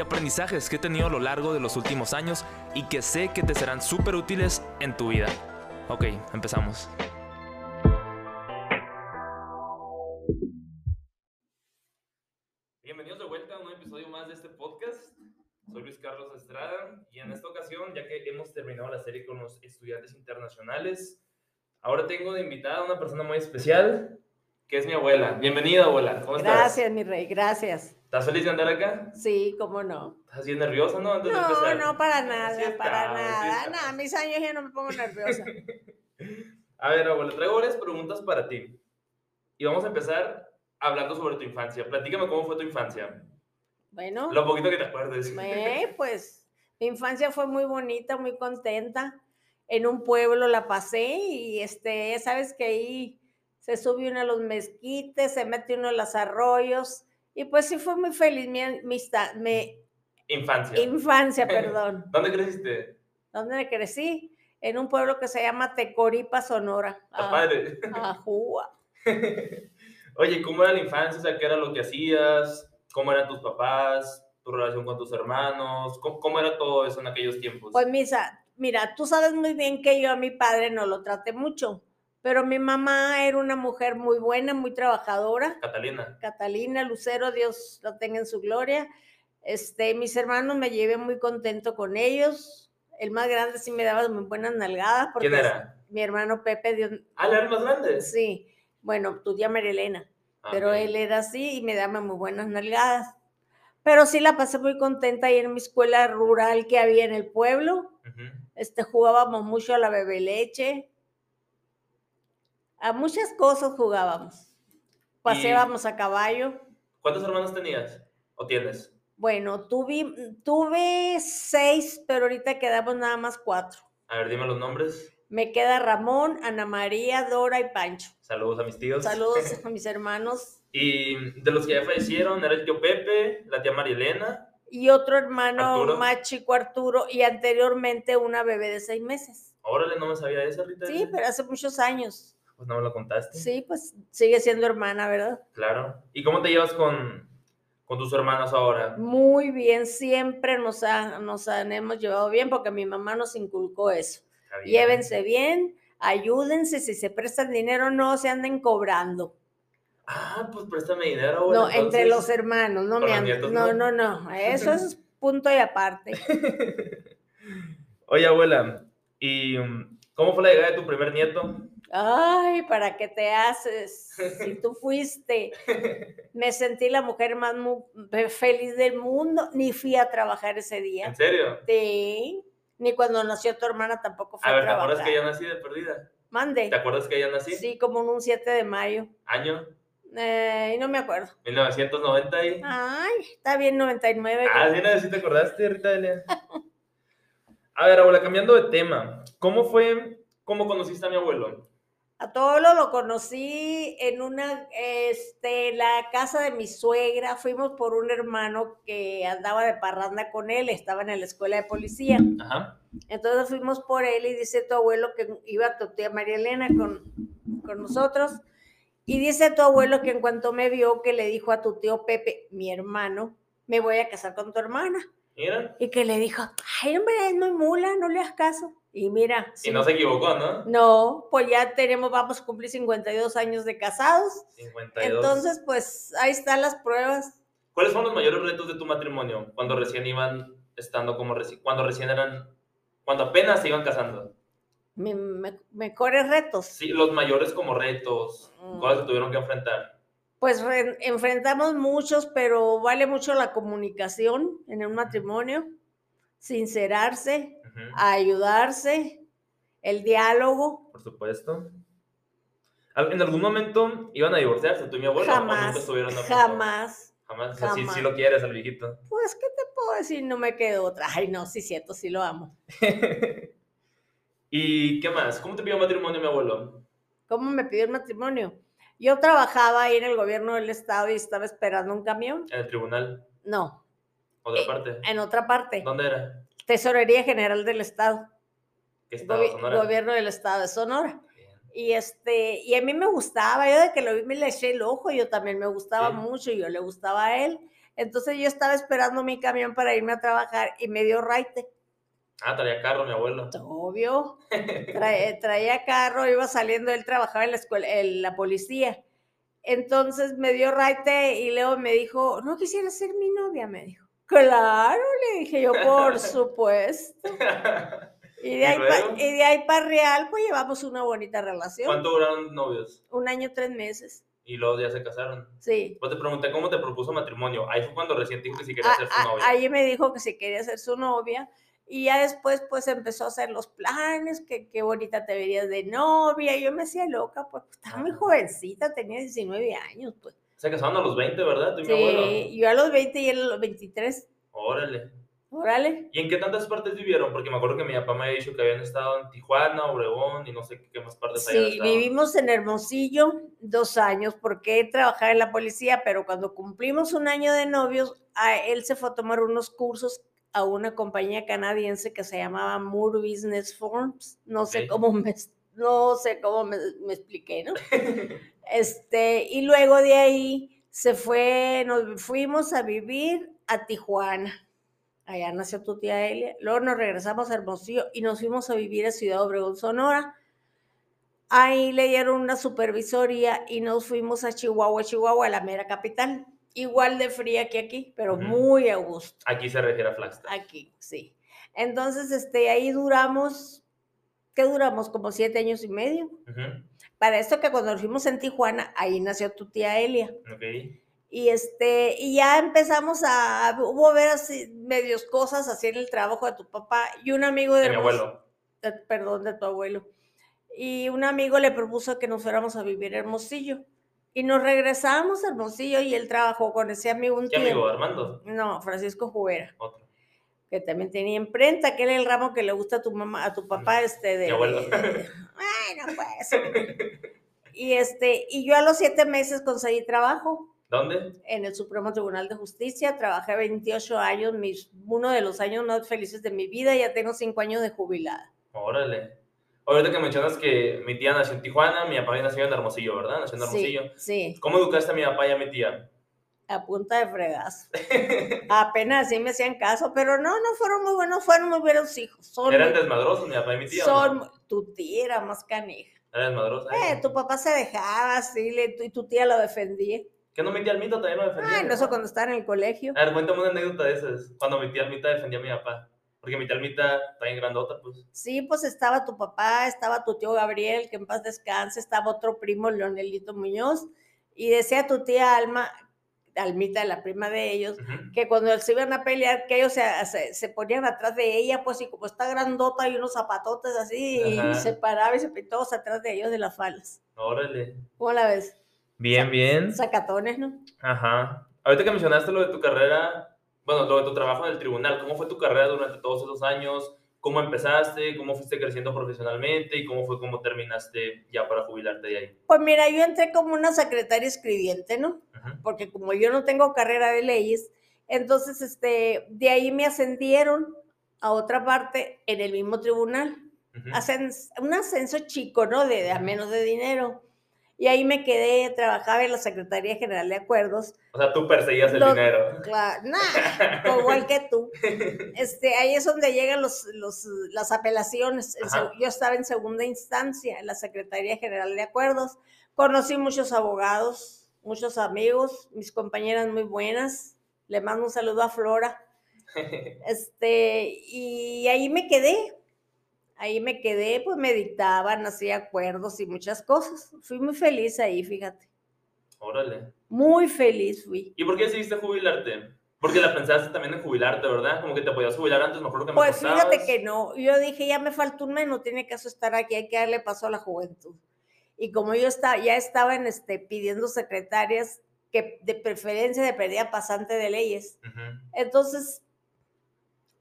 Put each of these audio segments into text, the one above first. aprendizajes que he tenido a lo largo de los últimos años y que sé que te serán súper útiles en tu vida. Ok, empezamos. Bienvenidos de vuelta a un episodio más de este podcast. Soy Luis Carlos Estrada y en esta ocasión, ya que hemos terminado la serie con los estudiantes internacionales, ahora tengo de invitada a una persona muy especial, que es mi abuela. Bienvenida, abuela. ¿Cómo estás? Gracias, mi rey, gracias. ¿Estás feliz de andar acá? Sí, cómo no. ¿Estás bien nerviosa, no? Antes de No, empezar. no, para nada, Sí está, para sí nada. está. nada, a mis años ya no me pongo nerviosa. A ver, abuela, traigo varias preguntas para ti. Y vamos a empezar hablando sobre tu infancia. Platícame cómo fue tu infancia. Bueno, Lo poquito que te acuerdes. eh, pues mi infancia fue muy bonita, muy contenta. En un pueblo la pasé y este, ya sabes que ahí se sube uno a los mezquites, se mete uno a los arroyos. Y pues sí fue muy feliz mi, amistad- mi Infancia. infancia, perdón. ¿Dónde creciste? ¿Dónde crecí? En un pueblo que se llama Tecoripa, Sonora. Está Ah, padre. Ajúa. Oye, ¿cómo era la infancia? O sea, ¿qué era lo que hacías? ¿Cómo eran tus papás? ¿Tu relación con tus hermanos? ¿Cómo, cómo era todo eso en aquellos tiempos? Pues misa, mira, tú sabes muy bien que yo a mi padre no lo traté mucho, pero mi mamá era una mujer muy buena, muy trabajadora. Catalina. Catalina Lucero, Dios la tenga en su gloria. Este, mis hermanos me llevé muy contento con ellos. El más grande sí me daba muy buenas nalgadas. Porque ¿Quién era? Mi hermano Pepe, Dios, Ah, la era más grande. sí. Bueno, tu tía María Elena. Ah, pero ok. él era así y me daba muy buenas nalgadas. Pero sí la pasé muy contenta ahí en mi escuela rural que había en el pueblo. Ujú. Este, jugábamos mucho a la bebeleche. A muchas cosas jugábamos. Paseábamos a caballo. ¿Cuántos hermanos tenías? ¿O tienes? Bueno, tuve, tuve seis, pero ahorita quedamos nada más cuatro. A ver, dime los nombres. Me queda Ramón, Ana María, Dora y Pancho. Saludos a mis tíos. Saludos a mis hermanos. Y de los que ya fallecieron, era el tío Pepe, la tía María Elena. Y otro hermano Arturo. más chico, Arturo, y anteriormente una bebé de seis meses. Órale, no me sabía esa, Rita. Sí, pero hace muchos años. Pues no me lo contaste. Sí, pues sigue siendo hermana, ¿verdad? Claro. ¿Y cómo te llevas con, con tus hermanos ahora? Muy bien, siempre nos, ha- nos han- hemos llevado bien porque mi mamá nos inculcó eso. Está bien. Llévense bien, ayúdense, si se prestan dinero no se anden cobrando. Ah, pues préstame dinero ahora. No, entre los entonces. hermanos, no con me los anden. nietos, No, ¿no? no, no, eso es punto y aparte. Oye, abuela, ¿y um, cómo fue la llegada de tu primer nieto? Ay, ¿para qué te haces? Si tú fuiste, me sentí la mujer más mu- feliz del mundo, ni fui a trabajar ese día. ¿En serio? Sí, ni cuando nació tu hermana tampoco fue A a, ver, ¿te trabajar. acuerdas que ya nací de perdida? Mande. ¿Te acuerdas que ya nací? Sí, como en un 7 de mayo. Año Eh, y no me acuerdo. 1990 Ah, y... Ay, está bien 99. Ah, creo. sí, nada, sí te acordaste, Rita Delia. A ver, abuela, cambiando de tema, ¿cómo fue, cómo conociste a mi abuelo? A Tolo lo conocí en una, este, la casa de mi suegra. Fuimos por un hermano que andaba de parranda con él, estaba en la escuela de policía. Ajá. Entonces fuimos por él y dice tu abuelo que iba tu tía María Elena con, con nosotros. Y dice tu abuelo que en cuanto me vio, que le dijo a tu tío Pepe, mi hermano, me voy a casar con tu hermana. Mira, Y que le dijo, ay, hombre, es muy mula, no le hagas caso. Y mira, y no se equivocó, ¿no? no, pues ya tenemos, vamos a cumplir 52 años de casados. 52. Entonces, pues ahí están las pruebas. ¿Cuáles fueron los mayores retos de tu matrimonio cuando recién iban estando como reci- cuando recién eran, cuando apenas se iban casando? Mi- me- mejores retos. Sí, los mayores como retos, Mm. cosas que tuvieron que enfrentar. Pues re- enfrentamos muchos, pero vale mucho la comunicación en un matrimonio, sincerarse, Ujú, ayudarse, el diálogo. Por supuesto. Al- ¿En algún momento iban a divorciarse tú y mi abuelo? ¿O nunca jamás, estuvieron a punto? jamás. Jamás. O sea, sí- sí jamás. lo quieres al viejito. Pues, ¿qué te puedo decir, no me quedo otra. Ay, no, sí, cierto, sí lo amo. ¿Y qué más? ¿Cómo te pidió matrimonio mi abuelo? ¿Cómo me pidió el matrimonio? Yo trabajaba ahí en el gobierno del estado y estaba esperando un camión. En el tribunal, No, otra Eh, parte. en otra parte. ¿Dónde era? Tesorería General del Estado. ¿Qué estaba? Gobi- Sonora? Gobierno del Estado de Sonora. Bien. Y este, y a mí me gustaba, yo de que lo vi me le eché el ojo, yo también me gustaba Sí. mucho, yo le gustaba a él. Entonces yo estaba esperando mi camión para irme a trabajar y me dio raite. Ah, traía carro mi abuelo. Obvio. Trae- eh, traía carro, iba saliendo, él trabajaba en la escuela, en la policía. Entonces me dio raite y luego me dijo, no quisiera ser mi novia, me dijo. Claro, le dije yo, por supuesto. Y de, ¿Y ahí luego? pa, y de ahí para Real, pues llevamos una bonita relación. ¿Cuánto duraron novios? Un año, tres meses. Y luego ya se casaron. Sí. Pues te pregunté cómo te propuso matrimonio. Ahí fue cuando recién dijo que si quería A- ser a- su novia. Ah, ahí me dijo que se quería ser su novia. Y ya después, pues empezó a hacer los planes, que qué bonita te verías de novia. Y yo me hacía loca, pues pues, estaba muy Ajá. jovencita, tenía 19 años, pues. Se casaron a los 20, ¿verdad? Tú y Sí, mi abuelo. yo a los 20 y él a los 23. Órale. Órale. ¿Y en qué tantas partes vivieron? Porque me acuerdo que mi papá me había dicho que habían estado en Tijuana, Obregón y no sé qué más partes habían Sí, estado. vivimos en Hermosillo dos años porque él trabajaba en la policía, pero cuando cumplimos un año de novios, a él se fue a tomar unos cursos a una compañía canadiense que se llamaba Moore Business Forms. No sé Ok. cómo me, no sé cómo me, me expliqué, ¿no? Este, y luego de ahí se fue, nos fuimos a vivir a Tijuana. Allá nació tu tía Elia. Luego nos regresamos a Hermosillo y nos fuimos a vivir a Ciudad Obregón, Sonora. Ahí le dieron una supervisoría y nos fuimos a Chihuahua, Chihuahua, la mera capital. Igual de fría que aquí, pero Ujú. muy a gusto Aquí se refiere a Flagstaff. aquí, sí. Entonces, este, ahí duramos, ¿qué duramos? Como siete años y medio. Ujú, Para esto que cuando nos fuimos en Tijuana, ahí nació tu tía Elia. ok. Y este, y ya empezamos a, hubo ver así, medios cosas así en el trabajo de tu papá y un amigo de, De mi Hermos- abuelo. de- perdón, de tu abuelo. Y un amigo le propuso que nos fuéramos a vivir a Hermosillo. Y nos regresamos a Hermosillo y él trabajó con ese amigo un ¿Qué tiempo. amigo? ¿Armando? No, Francisco Jubera Otro. que también tenía imprenta, que era el ramo que le gusta a tu mamá, a tu papá, este de, Mi abuelo. de- de- bueno, pues. hombre. Y este, y yo a los siete meses conseguí trabajo ¿Dónde? en el Supremo Tribunal de Justicia, trabajé 28 años, mis, uno de los años más felices de mi vida, ya tengo cinco años de jubilada. Órale. Ahorita que mencionas que mi tía nació en Tijuana, mi papá nació en Hermosillo, ¿verdad? Nació en Sí, Hermosillo. sí, ¿Cómo educaste a mi papá y a mi tía? a punta de fregazo. Apenas sí me hacían caso, pero no, no fueron muy buenos, fueron muy buenos hijos. Son, ¿Eran muy- desmadrosos mi papá y mi tía? o son, no? tu tía era más canija. ¿Eran desmadrosos? Eh, tu papá se dejaba, así, le- tu- y tu tía lo defendía. ¿Que no mi tía Almita también lo defendía? Ah, no, eso cuando estaba en el colegio. A ver, cuéntame una anécdota de esas. Cuando mi tía Almita defendía a mi papá. Porque mi tía Almita, también grandota, pues. Sí, pues estaba tu papá, estaba tu tío Gabriel, que en paz descanse, estaba otro primo, Leonelito Muñoz, y decía tu tía Alma, Almita, la prima de ellos, Ujú. que cuando se iban a pelear, que ellos se, se- se ponían atrás de ella, pues, y como está grandota y unos zapatotes así, y Ajá. se paraba y se todos atrás de ellos de las faldas. Órale. ¿Cómo la ves? Bien, bien. Sacatones, ¿no? Ajá. Ahorita que mencionaste lo de tu carrera, bueno, lo de tu trabajo en el tribunal, ¿cómo fue tu carrera durante todos esos años? ¿Cómo empezaste? ¿Cómo fuiste creciendo profesionalmente? ¿Y cómo fue cómo terminaste ya para jubilarte de ahí? Pues mira, yo entré como una secretaria escribiente, ¿no? Ujú. porque como yo no tengo carrera de leyes, entonces este, de ahí me ascendieron a otra parte en el mismo tribunal. Ujú. Ascens- un ascenso chico, ¿no? De, de a menos de dinero. Y ahí me quedé, trabajaba en la Secretaría General de Acuerdos. O sea, tú perseguías el Lo- dinero. Claro, nah, igual que tú. Este, ahí es donde llegan los, los, eh, las apelaciones. En seg- Ajá. Yo estaba en segunda instancia en la Secretaría General de Acuerdos. Conocí muchos abogados, muchos amigos, mis compañeras muy buenas. Le mando un saludo a Flora. Este, y ahí me quedé. Ahí me quedé, pues me dictaban, hacía acuerdos y muchas cosas. Fui muy feliz ahí, fíjate. Órale. Muy feliz fui. ¿Y por qué decidiste jubilarte? Porque la pensaste también en jubilarte, ¿verdad? Como que te podías jubilar antes, me acuerdo que me Pues contabas. fíjate que no. Yo dije, ya me falta un mes, no tiene caso estar aquí, hay que darle paso a la juventud. Y como yo estaba, ya estaba en este, pidiendo secretarias que de preferencia de perdida pasante de leyes, Ujú. entonces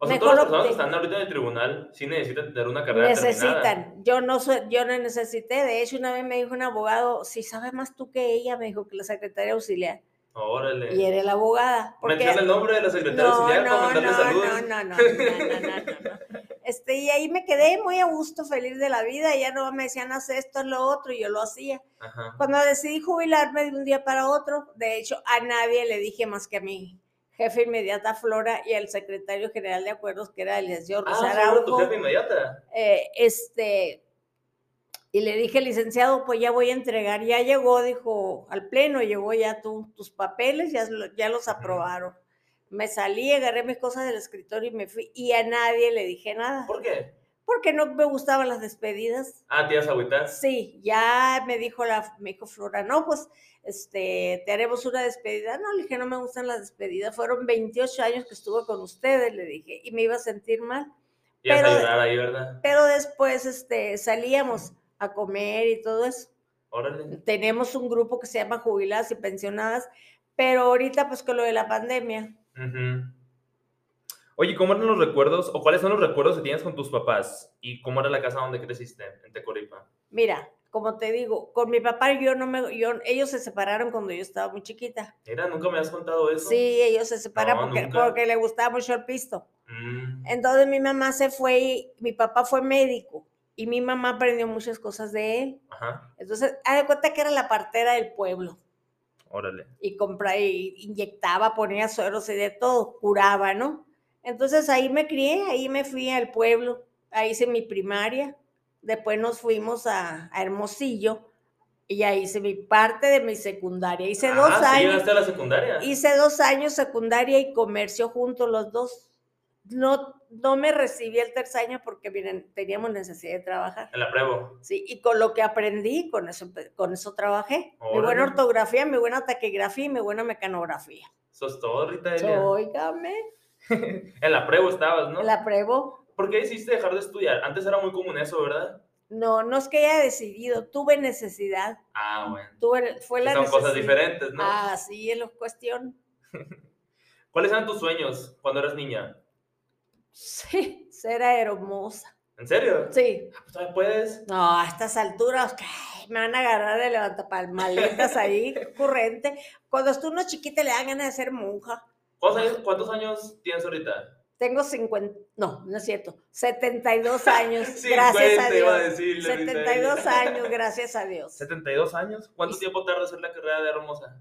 O sea, Mejor todas las personas que opté. están ahorita en el tribunal sí necesitan tener una carrera terminada. Necesitan. Yo no, soy- yo no necesité. De hecho, una vez me dijo un abogado, si sabe más tú que ella, me dijo que la secretaria auxiliar. Órale. Y eres la abogada. Menciona el nombre de la secretaria auxiliar para no, no, mandarle saludos. no, no, no, no, no, no, no, no. Este, y ahí me quedé muy a gusto, feliz de la vida. Ya no me decían, haz esto, haz lo otro, y yo lo hacía. Ajá. Cuando decidí jubilarme de un día para otro, de hecho, a nadie le dije más que a mi jefe inmediata Flora y al secretario general de acuerdos, que era el licenciado Ah, Ruiz seguro tu Araujo. jefe inmediata. Eh, este, y le dije, licenciado, pues ya voy a entregar. Ya llegó, dijo, al pleno, llegó ya tu- tus papeles, ya, lo- ya los Ujú. aprobaron. Me salí, agarré mis cosas del escritorio y me fui. Y a nadie le dije nada, ¿Por qué? porque no me gustaban las despedidas. Ah, tías agüitas. Sí, ya me dijo la, me dijo Flora, no, pues, este, te haremos una despedida. No, le dije, no me gustan las despedidas. Fueron 28 años que estuve con ustedes, le dije, y me iba a sentir mal Y a Pero- llorar ahí, ¿verdad? pero después este, salíamos a comer y todo eso. Órale. Tenemos un grupo que se llama Jubiladas y Pensionadas, pero ahorita pues con lo de la pandemia, Ujú. Oye, ¿cómo eran los recuerdos o cuáles son los recuerdos que tienes con tus papás? ¿Y cómo era la casa donde creciste, en Tecoripa? mira, como te digo, con mi papá yo no me, yo, ellos se separaron cuando yo estaba muy chiquita. Era, nunca me has contado eso. Sí, ellos se separaron No, porque, nunca. porque le gustaba mucho el pisto. Mm. Entonces mi mamá se fue y mi papá fue médico y mi mamá aprendió muchas cosas de él. Ajá, Entonces, haz de cuenta que era la partera del pueblo. órale. y compra y inyectaba, ponía sueros y de todo, curaba, ¿no? Entonces ahí me crié, ahí me fui al pueblo, ahí hice mi primaria, después nos fuimos a, a Hermosillo y ahí hice mi parte de mi secundaria. Hice Ah, dos sí años, llegaste a la secundaria. hice dos años secundaria y comercio juntos los dos. No, no me recibí el tercer año porque miren, teníamos necesidad de trabajar. En la prevo. Sí, y con lo que aprendí, con eso, empe- con eso trabajé. Mi Órale. buena ortografía, mi buena taquigrafía y mi buena mecanografía. Eso es todo, Rita Elia. Óigame, En la prevo estabas, ¿no? la apruebo. ¿Por qué decidiste dejar de estudiar? Antes era muy común eso, ¿verdad? No, no es que haya decidido, tuve necesidad. Ah, bueno. Tuve, fue Que la son cosas necesidad. diferentes, ¿no? Así es la cuestión. ¿Cuáles eran tus sueños cuando eras niña? Sí, ser hermosa. ¿En serio? Sí. Pues todavía puedes. No, a estas alturas, que ay, me van a agarrar de levantapalmaletas ahí, corriente. Cuando estuvo uno chiquita le dan ganas de ser monja. ¿Cuántos años, cuántos años tienes ahorita? Tengo 50, no, no es cierto, 72 años, gracias a 50 iba a Dios. decirle, Rita Elia. 72 años, gracias a Dios. 72 años. ¿Cuánto Y- tiempo tarda hacer la carrera de hermosa?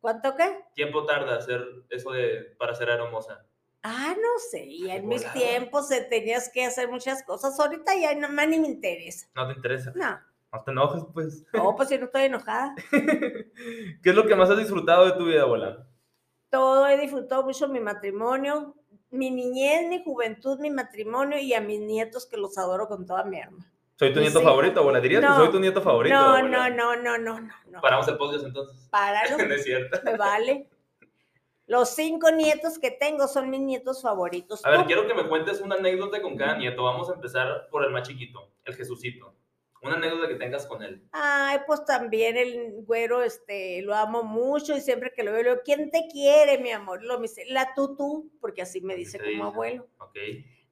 ¿Cuánto qué? ¿Tiempo tarda hacer eso de para ser hermosa? Ah, no sé, y Ay, en mis volada. tiempos se tenías que hacer muchas cosas. Ahorita ya no más ni me interesa. No te interesa. No, No te enojes, pues. no, pues yo no estoy enojada. ¿Qué es lo que más has disfrutado de tu vida, abuela? Todo he disfrutado mucho mi matrimonio, mi niñez, mi juventud, mi matrimonio y a mis nietos que los adoro con toda mi alma. ¿Soy tu Pues Sí. nieto favorito, abuela? ¿Dirías No. que soy tu nieto favorito? No, abuela? no, no, no, no, no, no. Paramos el podcast entonces. Páralo, no es cierto. me vale. Los cinco nietos que tengo son mis nietos favoritos. A ver, Tú, quiero que me cuentes una anécdota con cada nieto. Vamos a empezar por el más chiquito, el Jesucito. Una anécdota que tengas con él. Ay, pues también el güero, este, lo amo mucho y siempre que lo veo, le digo, ¿quién te quiere, mi amor? Lo me dice, la tutú, porque así me Así dice te como dice. abuelo. Ok.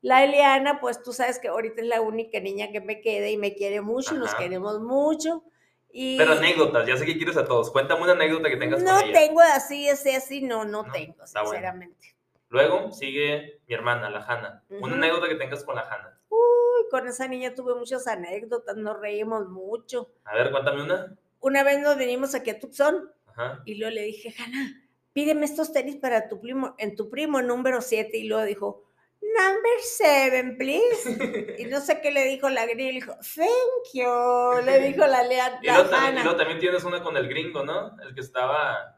La Eliana, pues tú sabes que ahorita es la única niña que me queda y me quiere mucho y nos Ajá. queremos mucho. Y Pero anécdotas, ya sé que quieres a todos. Cuéntame una anécdota que tengas no con ella. tengo así, así, así, no, no, No, tengo, está bueno. sinceramente. Luego sigue mi hermana, la Hanna. Ujú. Una anécdota que tengas con la Hanna. Uy, con esa niña tuve muchas anécdotas, nos reímos mucho. A ver, cuéntame una. Una vez nos vinimos aquí a Tucson Ajá. Y luego le dije, Hanna, pídeme estos tenis para tu primo, en tu primo número 7. Y luego dijo, number 7, please. y no sé qué le dijo la gris, le dijo, thank you. Le dijo la Lea, Y la luego, también, y Hanna. luego también tienes una con el gringo, ¿no? El que estaba.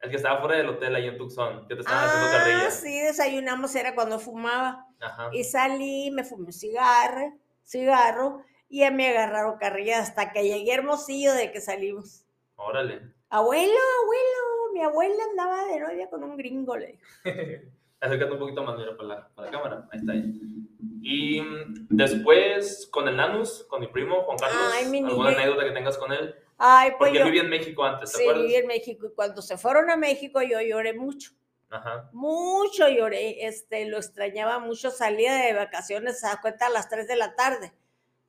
El que estaba fuera del hotel ahí en Tucson, que te estaban haciendo Ah, carrilla. sí, desayunamos, era cuando fumaba. Ajá. Y salí, me fumé un cigarro, cigarro, y ya me agarraron carrilla hasta que llegué a hermosillo de que salimos. Órale. Abuelo, abuelo, mi abuela andaba de novia con un gringo, le dijo. Acércate un poquito más, mira, para la, para la cámara. Ahí está. ahí. Y mm, después con el Nanus, con mi primo, Juan Carlos. Ay, mi ¿Alguna niño. anécdota que tengas con él? Ay, pues Porque yo- él vivía en México antes, ¿te Sí, acuerdas? viví en México y cuando se fueron a México yo lloré mucho. Ajá. Mucho lloré, este, lo extrañaba mucho. Salía de vacaciones, a cuenta, a las 3 de la tarde,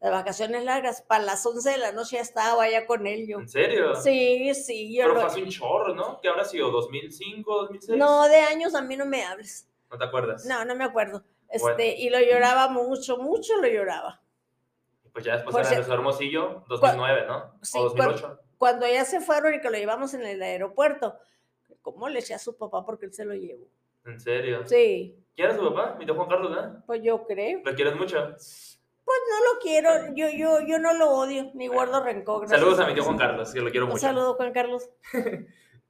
de vacaciones largas, para las 11 de la noche ya estaba allá con él. Yo. ¿En serio? Sí, sí, yo Pero lo- fue hace un chorro, ¿no? ¿Qué habrá sido? ¿2005, 2006? No, de años a mí no me hables. ¿No te acuerdas? No, no me acuerdo. Este, Bueno. Y lo lloraba mucho, mucho lo lloraba. Pues ya después Por se si- regresó a Hermosillo, 2009, ¿no? Sí, o 2008. Cuando ya se fueron y que lo llevamos en el aeropuerto, ¿cómo le eché a su papá porque él se lo llevó? ¿En serio? Sí, ¿Quién era su papá? Mi tío Juan Carlos, ¿verdad? pues yo creo. ¿Lo quieres mucho? No lo quiero, yo, yo, yo no lo odio, ni guardo rencor. gracias Saludos a mi tío Dios. Juan Carlos, que lo quiero Un mucho. saludo, Juan Carlos.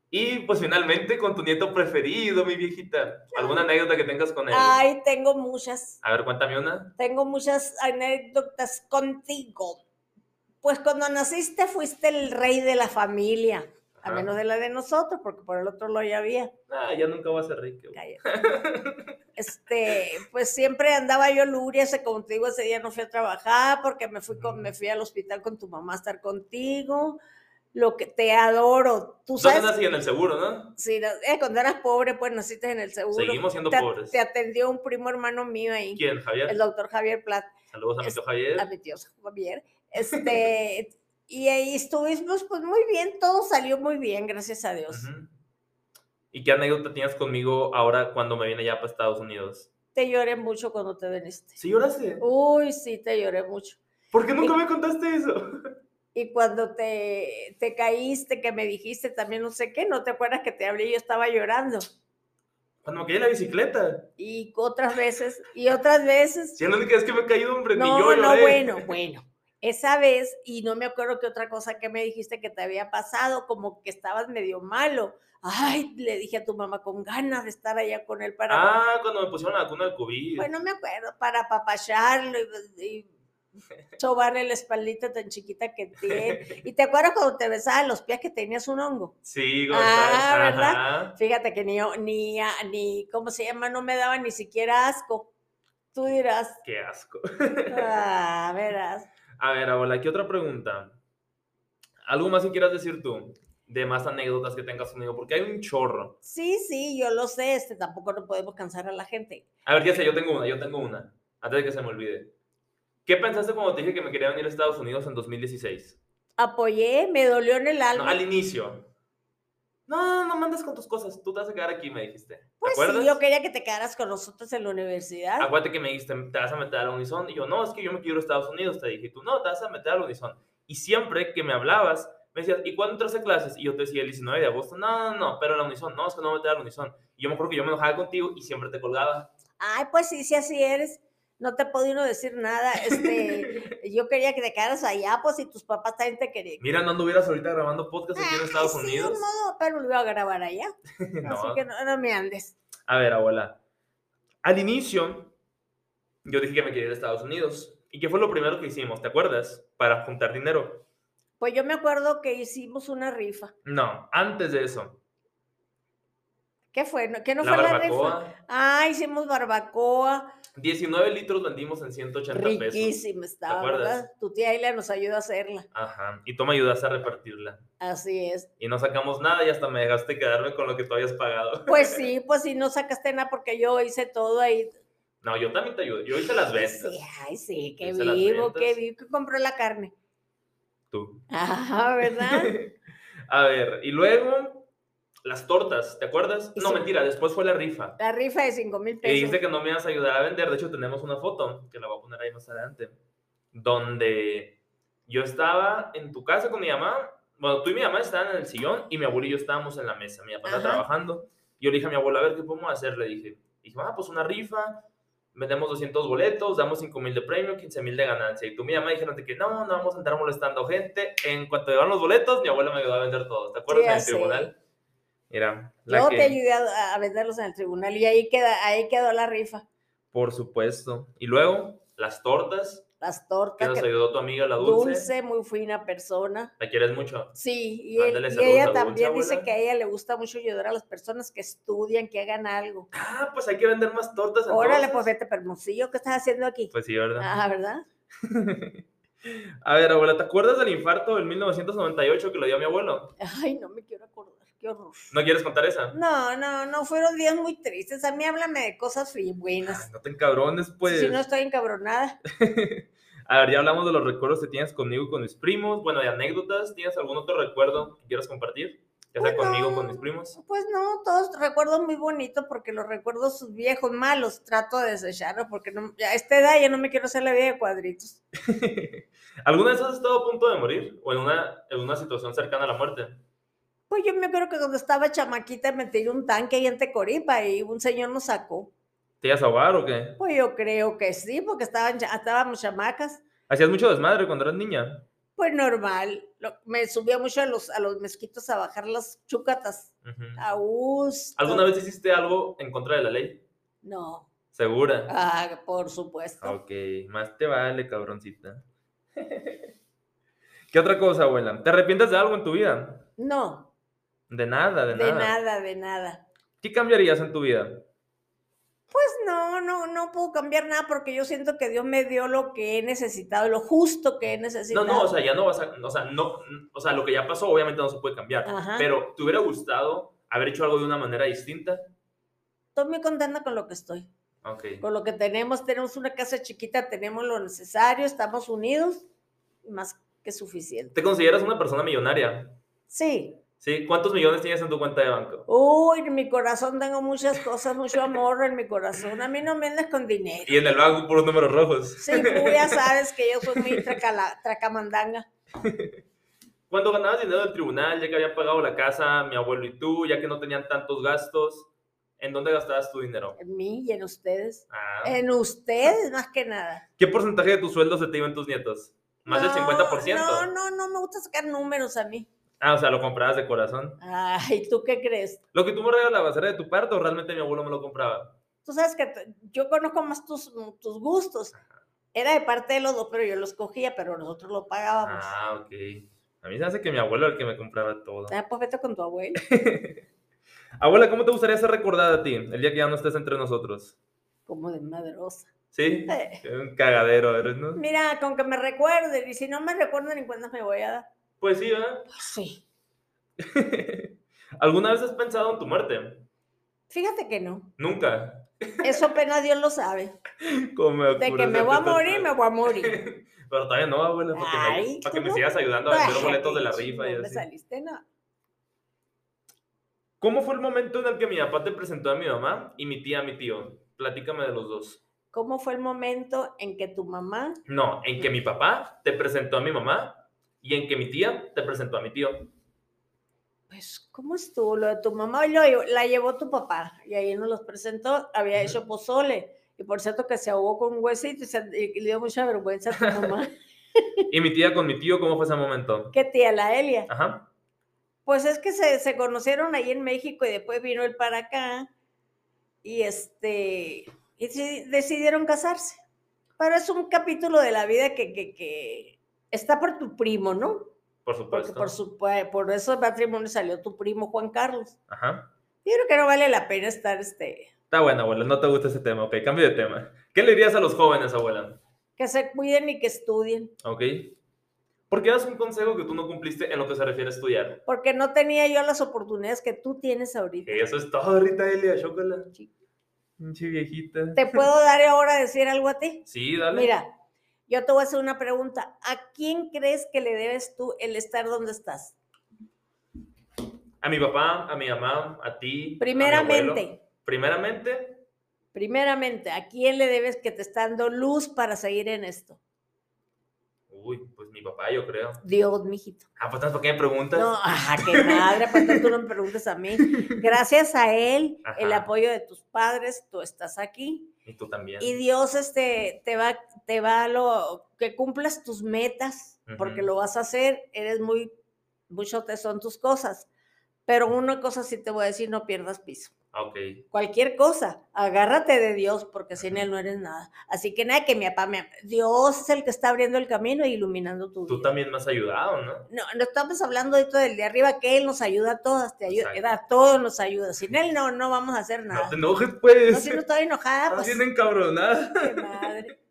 Y pues finalmente con tu nieto preferido, mi viejita. ¿Alguna anécdota que tengas con él? Ay, tengo muchas, A ver, cuéntame una. tengo muchas anécdotas contigo. Pues cuando naciste fuiste el rey de la familia, a Ajá. menos de la de nosotros, porque por el otro lado ya había. Ah, ya nunca vas a ser rico. Cállate. Este, pues siempre andaba yo luria, ese contigo ese día no fui a trabajar porque me fui con, me fui al hospital con tu mamá a estar contigo. Lo que te adoro, tú ¿Dónde sabes. nací? En el seguro, ¿no? Sí, no- eh, cuando eras pobre, pues naciste en el seguro. Seguimos siendo te, pobres. te atendió un primo hermano mío ahí, ¿Quién, Javier? el doctor Javier Plat, Saludos a mi es- tío a Javier. mi tío Javier. Este, y ahí estuvimos, pues muy bien, todo salió muy bien, gracias a Dios. Ujú. ¿Y qué anécdota tienes conmigo ahora cuando me vine ya para Estados Unidos? Te lloré mucho cuando te viniste. ¿Sí lloraste? Uy, sí, te lloré mucho. ¿Por qué nunca me contaste eso? Y cuando te, te caíste, que me dijiste también no sé qué, no te acuerdas que te hablé, yo estaba llorando. Cuando me caí en la bicicleta. Y otras veces, y otras veces. Si es la única vez que me he caído, hombre, ni No, yo lloré. no, bueno, bueno. Esa vez, y no me acuerdo qué otra cosa que me dijiste que te había pasado, como que estabas medio malo. Ay, le dije a tu mamá con ganas de estar allá con él para. Ah, cuando me pusieron la vacuna del COVID. Bueno, no me acuerdo, para apapacharlo y, y sobarle la espaldita tan chiquita que tiene. ¿Y te acuerdas cuando te besaba en los pies que tenías un hongo? Sí, Ah, González, ¿verdad? ajá. Fíjate que ni, yo- ni, a- ni, ¿cómo se llama? No me daba ni siquiera asco. Tú dirás, Qué asco. ah, verás. A ver, abuela, aquí otra pregunta. ¿Algo más que quieras decir tú? De más anécdotas que tengas conmigo, porque hay un chorro. Sí, sí, yo lo sé, este, tampoco no podemos cansar a la gente. A ver, ya sé, yo tengo una, yo tengo una. Antes de que se me olvide. ¿Qué pensaste cuando te dije que me quería venir a Estados Unidos en 2016? Apoyé, me dolió en el No, alma. al inicio. No, no mandes con tus cosas, tú te vas a quedar aquí, me dijiste. ¿Te pues acuerdas? Ah, sí, yo quería que te quedaras con nosotros en la universidad. Acuérdate que me dijiste, te vas a meter al Unison. Y yo, no, es que yo me quiero a Estados Unidos. Te dije, y tú, no, te vas a meter al Unison. Y siempre que me hablabas, me decías, ¿y cuándo entras a clases? Y yo te decía, el 19 de agosto. No, no, no, pero la Unison, no, es que no voy a meter al Unison. Y yo me acuerdo que yo me enojaba contigo y siempre te colgaba. Ay, pues sí, sí, así eres. No te podía uno decir nada. Este, yo quería que te quedaras allá, pues, y tus papás también te querían. Mira, no anduvieras ahorita grabando podcast aquí en Estados Ay, Ah, sí, de un Unidos. modo, pero lo iba a grabar allá. Así No. que no, no me andes. A ver, abuela. Al inicio, yo dije que me quería ir a Estados Unidos. ¿Y qué fue lo primero que hicimos? ¿Te acuerdas? Para juntar dinero. Pues yo me acuerdo que hicimos una rifa. No, antes de eso. ¿Qué fue? ¿No- ¿Qué no la fue la rifa? barbacoa. Ah, hicimos barbacoa. 19 litros vendimos en 180 pesos. Riquísima estaba, acuerdas? ¿verdad? Tu tía Ayla nos ayudó a hacerla. Ajá. Y tú me ayudaste a repartirla. Así es. Y no sacamos nada y hasta me dejaste quedarme con lo que tú habías pagado. Pues sí, pues sí, no sacaste nada porque yo hice todo ahí. No, yo también te ayudé. Yo hice las ventas. Sí, ay, sí, qué Hice las vivo, qué ventas. vivo. ¿Qué compró la carne? Tú. Ajá, ¿verdad? a ver, y luego las tortas, ¿te acuerdas? Y No, sí. mentira, después fue la rifa. La rifa de 5 mil Y pesos. dijiste que no me ibas a ayudar a vender. De hecho, tenemos una foto, que la voy a poner ahí más adelante, donde yo estaba en tu casa con mi mamá. Bueno, tú y mi mamá estaban en el sillón y mi abuelo y yo estábamos en la mesa. Mi papá Ajá. estaba trabajando. Yo le dije a mi abuelo, a ver, ¿qué podemos hacer? Le dije, dije, ah, pues una rifa, vendemos 200 boletos, damos 5 mil de premio, 15 mil de ganancia. Y tú y mi mamá dijeron de que no, no vamos a andar molestando gente. En cuanto llegaron los boletos, mi abuela me ayudó a vender todos. ¿Te acuerdas? Sí, en el ya sé. tribunal. Mira, la Yo que- te ayudé a, a venderlos en el tribunal y ahí, queda, ahí quedó la rifa. por supuesto. Y luego, las tortas. Las que tortas, nos que- ayudó tu amiga la dulce. dulce. muy fina persona. La quieres mucho. Sí, y, él- Mándale y saludos a ella Dulce, también dice abuela. que a ella le gusta mucho ayudar a las personas que estudian, que hagan algo. Ah, pues hay que vender más tortas. Órale, entonces. pues vete, Permosillo, ¿qué estás haciendo aquí? Pues sí, ¿verdad? Ah, ¿verdad? A ver, abuela, ¿te acuerdas del infarto del 1998 que lo dio a mi abuelo? Ay, no me quiero acordar, qué horror. ¿No quieres contar esa? No, no, no, fueron días muy tristes. A mí háblame de cosas fi- buenas. No te encabrones, pues. Si no estoy encabronada. A ver, ya hablamos de los recuerdos que tienes conmigo y con mis primos. Bueno, de anécdotas, ¿tienes algún otro recuerdo que quieras compartir? Ya sea Bueno. conmigo o con mis primos. Pues no, todos recuerdos muy bonitos porque los recuerdos sus viejos malos trato de desecharlos porque no, ya a esta edad ya no me quiero hacer la vida de cuadritos. ¿Alguna vez has estado a punto de morir? ¿O en una, en una situación cercana a la muerte? Pues yo me acuerdo que cuando estaba chamaquita me tiré un tanque ahí en Tecoripa y un señor nos sacó. ¿Te ibas a ahogar o qué? Pues yo creo que sí, porque estaban, cha- estábamos chamacas. ¿Hacías mucho desmadre cuando eras niña? Pues normal, lo- me subía mucho a los, a los mezquitos a bajar las chúcatas. Ujú. A gusto. ¿Alguna vez hiciste algo en contra de la ley? No. Segura. Ah, por supuesto. Ok, más te vale, cabroncita. ¿Qué otra cosa, abuela? ¿Te arrepientes de algo en tu vida? No, De nada, de, de nada. de nada. ¿Qué cambiarías en tu vida? Pues no, no, no puedo cambiar nada porque yo siento que Dios me dio lo que he necesitado, lo justo que he no, necesitado. no, o sea, ya no vas a, o sea, no, o sea, lo que ya pasó obviamente no se puede cambiar, Ajá. pero ¿te hubiera gustado haber hecho algo de una manera distinta? Estoy muy contenta con lo que estoy, Ok. con lo que tenemos. Tenemos una casa chiquita, tenemos lo necesario, estamos unidos, más que suficiente. ¿Te consideras una persona millonaria? Sí, ¿Sí? ¿Cuántos millones tienes en tu cuenta de banco? Uy, en mi corazón tengo muchas cosas, mucho amor en mi corazón. A mí no me andas con dinero. Y en el banco puros números rojos. Sí, tú ya sabes que yo soy muy tracala- tracamandanga. Cuando ganabas dinero del tribunal, ya que habían pagado la casa, mi abuelo y tú, ya que no tenían tantos gastos, ¿en dónde gastabas tu dinero? En mí y en ustedes. Ah. En ustedes, más que nada. ¿Qué porcentaje de tu sueldo se te iba en tus nietos? ¿Más del No, 50%? Ah, No, no, no me gusta sacar números a mí. Ah, o sea, lo comprabas de corazón. Ay, ¿tú qué crees? Lo que tú me regalabas era de tu parto, o realmente mi abuelo me lo compraba. Tú sabes que t- yo conozco más tus, tus gustos. Era de parte de los dos, pero yo los cogía, pero nosotros lo pagábamos. Ah, ok. A mí se hace que mi abuelo era el que me compraba todo. Ah, pues vete con tu abuelo. Abuela, ¿cómo te gustaría ser recordada a ti el día que ya no estés entre nosotros? Como de madrosa. ¿Sí? Eh. Un cagadero, eres, ¿no? Mira, con que me recuerden, y si no me recuerdan, ¿en cuándo me voy a dar? Pues sí, ¿verdad? Sí. ¿Alguna vez has pensado en tu muerte? Fíjate que no. Nunca. Eso apenas Dios lo sabe. Como me De ocurre que me ese voy a pensar- morir, me voy a morir. Pero todavía no, abuela, para que, Ay, me, para que me ¿cómo? sigas ayudando a vender Ay, boletos de la qué rifa y chingón me así. saliste, no. ¿Cómo fue el momento en el que mi papá te presentó a mi mamá y mi tía a mi tío? Platícame de los dos. ¿Cómo fue el momento en que tu mamá? No, en que mi papá te presentó a mi mamá y en que mi tía te presentó a mi tío. Pues, ¿cómo estuvo lo de tu mamá? Lo lle- la llevó tu papá y ahí nos los presentó. Había Ujú. hecho pozole. Y por cierto que se ahogó con un huesito y, se- y le dio mucha vergüenza a tu mamá. Y mi tía con mi tío, ¿cómo fue ese momento? ¿Qué tía, la Elia? Ajá. Pues es que se, se conocieron ahí en México y después vino él para acá y este y sí, decidieron casarse. Pero es un capítulo de la vida que, que- que está por tu primo, ¿no? Por Porque supuesto. por, su, por esos matrimonios salió tu primo Juan Carlos. Ajá. Yo creo que no vale la pena estar, este, Está bueno, abuela, no te gusta ese tema. Ok, cambio de tema. ¿Qué le dirías a los jóvenes, abuela? que se cuiden y que estudien. Ok. ¿Por qué das un consejo que tú no cumpliste en lo que se refiere a estudiar? Porque no tenía yo las oportunidades que tú tienes ahorita. Que Eso es todo, Rita Elia, chocola. Sí. Pinche viejita. ¿Te puedo dar ahora decir algo a ti? Sí, dale. Mira, yo te voy a hacer una pregunta. ¿A quién crees que le debes tú el estar donde estás? A mi papá, a mi mamá, a ti. a mi abuelo. Primeramente, Primeramente, primeramente, ¿a quién le debes que te está dando luz para seguir en esto? uy, pues mi papá, yo creo. Dios, mijito. Ah, pues ¿por qué me preguntas? No, ajá, qué madre, ¿por qué tú no me preguntas a mí? Gracias a él, el Ajá. apoyo de tus padres, tú estás aquí Y tú también. y Dios este, te va, te va a lo que cumplas tus metas, porque Ujú. lo vas a hacer, eres muy, mucho te son tus cosas. Pero una cosa sí te voy a decir, no pierdas piso. Ah, Ok. cualquier cosa, agárrate de Dios, porque sin Él no eres nada. Así que nada, que mi papá, me Dios es el que está abriendo el camino e iluminando tu Tú vida. también me has ayudado, ¿no? No, no estamos hablando de esto del de arriba, que Él nos ayuda a todas, te ayuda, Exacto. a todos nos ayuda. Sin Él no, no vamos a hacer No nada. te enojes, No, ah, pues. si no estoy enojada, Estás pues, bien encabronada. qué madre.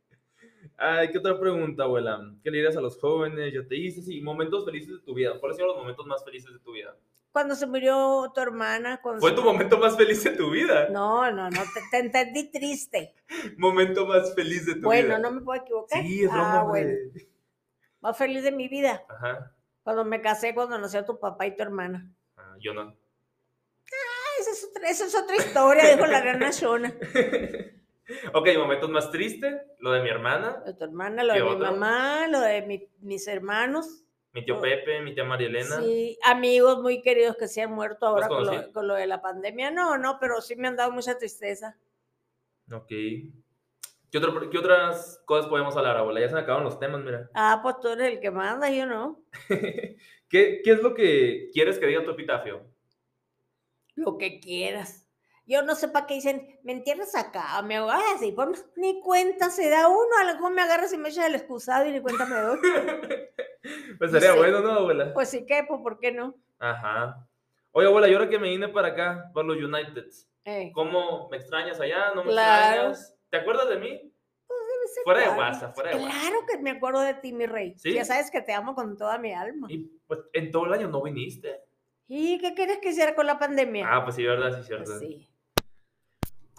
Ay, ¿qué otra pregunta, abuela? ¿Qué le dirías a los jóvenes? Ya te hice, sí, momentos felices de tu vida. ¿Cuáles fueron los momentos más felices de tu vida? Cuando se murió tu hermana. Cuando ¿Fue se- tu momento más feliz de tu vida? No, no, no, te, te entendí triste. Momento más feliz de tu vida. Bueno, no me puedo equivocar. Sí, es broma, ah, bueno. güey. Más feliz de mi vida. Ajá. Cuando me casé, cuando nació tu papá y tu hermana. Ah, yo no. Ah, esa es otra, esa es otra historia, dijo la gran Shona. ok, momentos más tristes, lo de mi hermana, Lo de tu hermana, lo ¿Qué de mi otro? mamá, lo de mi- mis hermanos. mi tío Oh. Pepe, mi tía María Elena. Sí, amigos muy queridos que se han muerto ahora con conocido? lo, con lo de la pandemia. No, no, pero sí me han dado mucha tristeza. Ok. ¿Qué, otro- qué otras cosas podemos hablar, abuela? Ya se me acabaron los temas, mira. Ah, pues tú eres el que manda, yo no. ¿Qué, ¿Qué es lo que quieres que diga tu epitafio? Lo que quieras. Yo no sé para qué dicen, me entierras acá, me ahogas y pues ni cuenta se da uno, a lo mejor me agarras y me echas el excusado y ni cuenta me doy. pues No sería sé. bueno, ¿no, abuela? Pues sí que, pues ¿por qué no? Ajá. Oye, abuela, yo ahora que me vine para acá, para los Uniteds, Eh, ¿cómo me extrañas allá? ¿No me Claro. extrañas? ¿Te acuerdas de mí? debe ser Fuera de claro. WhatsApp, fuera de WhatsApp. Claro que me acuerdo de ti, mi rey. ¿Sí? Ya sabes que te amo con toda mi alma. Y pues en todo el año no viniste. ¿Y qué quieres que hiciera con la pandemia? Ah, pues sí, verdad, sí, Pues cierto.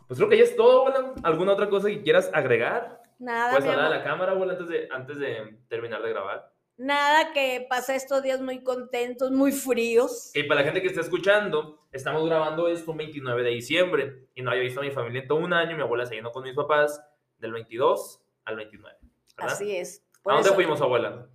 Pues, sí. creo que ya es todo, abuela. ¿Alguna otra cosa que quieras agregar? Nada, Puedes mi hablar amor. a la cámara, abuela, antes de, antes de terminar de grabar. Nada, que pasé estos días muy contentos, muy fríos. Y para la gente que está escuchando, estamos grabando esto un 29 de diciembre y no había visto a mi familia en todo un año. Mi abuela se llenó con mis papás del 22 al 29. ¿verdad? Así es. Por ¿A dónde eso fuimos, abuela?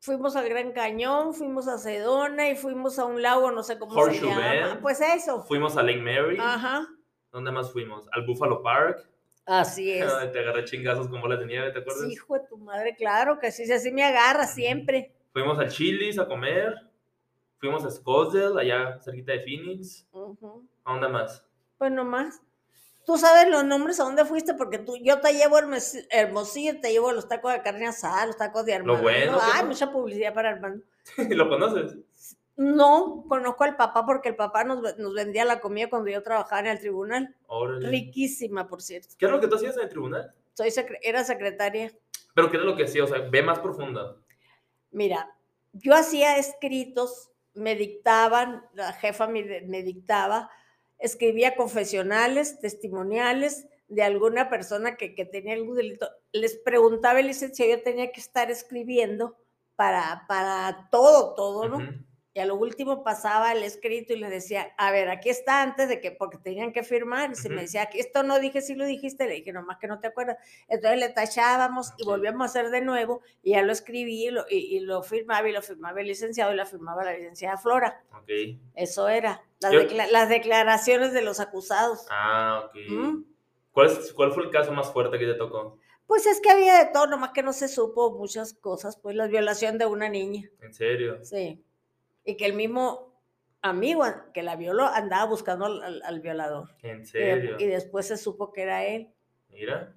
Fuimos al Gran Cañón, fuimos a Sedona y fuimos a un lago, no sé cómo se Horseshoe llama. Bend. Pues eso. Fuimos a Lake Mary. Ajá. ¿Dónde más fuimos? Al Buffalo Park. Así es. Donde Ah, te agarré chingazos con bolas de nieve, ¿te acuerdas? Sí, hijo de tu madre, claro que sí, sí, así me agarra siempre. Fuimos a Chili's a comer. Fuimos a Scottsdale, allá cerquita de Phoenix. Ujú. ¿A dónde más? Pues nomás. Tú sabes los nombres a dónde fuiste porque tú, yo te llevo a Hermes- Hermosillo, te llevo los tacos de carne asada, los tacos de Armando. bueno, Ay, ¿no? mucha publicidad para Armando. ¿Lo conoces? No, conozco al papá porque el papá nos, ve- nos vendía la comida cuando yo trabajaba en el tribunal. Órale. Riquísima, por cierto. ¿Qué era lo que tú hacías en el tribunal? Soy secre- era secretaria. Pero ¿qué era lo que hacía? O sea, ve más profunda. Mira, yo hacía escritos, me dictaban, la jefa me, de- me dictaba, escribía confesionales, testimoniales de alguna persona que, que tenía algún delito. Les preguntaba el licenciado, yo tenía que estar escribiendo para, para todo, todo, ¿no? Ujú. Y a lo último pasaba el escrito y les decía, a ver, aquí está antes de que, porque tenían que firmar. Y se me Ujú. decía, "Aquí esto no dije, sí lo dijiste, le dije, nomás que no te acuerdas. Entonces le tachábamos y Ok. volvíamos a hacer de nuevo. Y ya lo escribí y lo, y, y lo firmaba y lo firmaba el licenciado y la firmaba la licenciada Flora. Ok. Eso era, las, Yo- decla- las declaraciones de los acusados. Ah, ok. ¿Mm? ¿Cuál, es- ¿Cuál fue el caso más fuerte que te tocó? Pues es que había de todo, nomás que no se supo muchas cosas, pues la violación de una niña. En serio. Sí. Y que el mismo amigo a- que la violó andaba buscando al, al- al violador. En Y, de- serio. Eh, y después se supo que era él. Mira,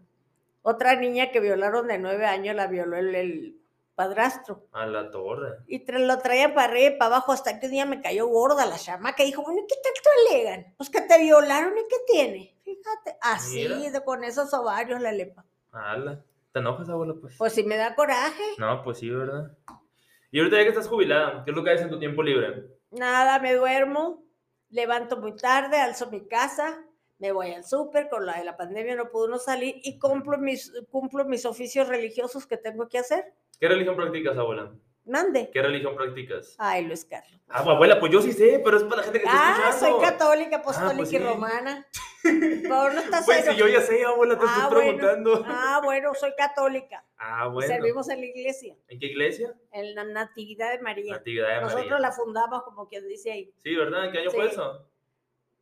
Otra niña que violaron de nueve años la violó el, el padrastro. a la torre. Y tra- lo traía para arriba y para abajo hasta que un día me cayó gorda la chama que dijo, bueno, ¿y ¿qué tanto alegan? Pues que te violaron y qué tiene. Fíjate, así, Mira. de- con esos ovarios la lepa. Ala. ¿Te enojas, abuela? Pues. Pues si me da coraje. No, pues sí, ¿verdad? Y ahorita ya que estás jubilada, ¿qué es lo que haces en tu tiempo libre? Nada, me duermo, levanto muy tarde, alzo mi casa, me voy al súper, con la de la pandemia no pudo uno salir y cumplo mis, cumplo mis oficios religiosos que tengo que hacer. ¿Qué religión practicas, abuela? Mande. ¿Qué religión practicas? Ay, Luis Carlos. Ah, abuela, pues yo sí sé, pero es para la gente que está Ah, escuchando. soy católica, apostólica pues y sí. romana. Pero no estás Pues si cero. yo ya sé, abuela, te Ah, estoy bueno. preguntando. Ah, bueno, soy católica. Ah, bueno. Servimos en la iglesia, ¿En qué iglesia? en la Natividad de María. Natividad de Nosotros María. la fundamos, como quien dice ahí. Sí, ¿verdad? ¿En qué año Sí. fue eso?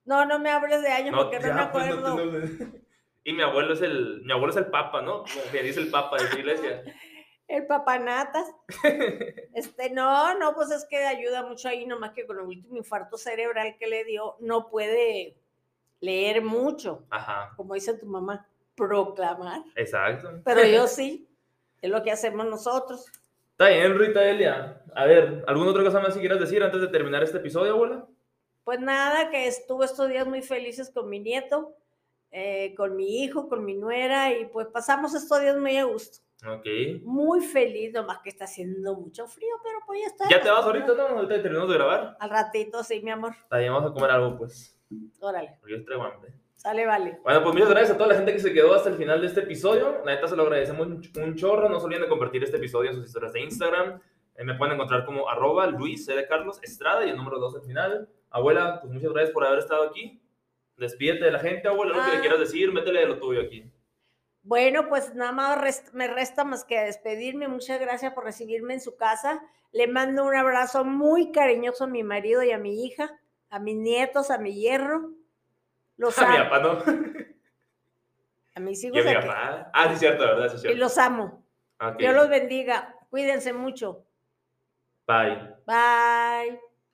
No, no me hables de años porque no me ya, pues, acuerdo. no te- no- Y mi abuelo es el, mi abuelo es el papa, ¿no? Como que dice el papa de esa iglesia. El papanatas. Este, no, no, pues es que ayuda mucho ahí, nomás que con el último infarto cerebral que le dio, no puede leer mucho, Ajá, como dice tu mamá, proclamar. exacto. Pero yo sí, es lo que hacemos nosotros. Está bien, Rita Elia. A ver, ¿alguna otra cosa más que quieras decir antes de terminar este episodio, abuela? Pues nada, que estuve estos días muy felices con mi nieto, eh, con mi hijo, con mi nuera, y pues pasamos estos días muy a gusto. Ok. Muy feliz, nomás que está haciendo mucho frío, pero pues ya está. Ya te vas ahorita, ¿no? Ahorita que terminamos de grabar. Al ratito, sí, mi amor. Ahí vamos a comer algo, pues. Órale, Porque yo traigo hambre. sale, vale. Bueno, pues muchas gracias a toda la gente que se quedó hasta el final de este episodio. La neta se lo agradecemos un ch- un chorro. No se olviden de compartir este episodio en sus historias de Instagram. Eh, me pueden encontrar como arroba Luis C. de Carlos Estrada y el número 2 al final. Abuela, pues muchas gracias por haber estado aquí. Despídete de la gente, abuela, lo que Ah. le quieras decir, métele de lo tuyo aquí. Bueno, pues nada más rest- me resta más que despedirme. Muchas gracias por recibirme en su casa. Le mando un abrazo muy cariñoso a mi marido y a mi hija, a mis nietos, a mi hierro. Los A mi amo. papá, ¿no? A mis Y a hijos. mi a que- papá. Ah, sí, es cierto, ¿verdad? Sí, es Y cierto. los amo. Ok. Dios los bendiga. Cuídense mucho. Bye. Bye.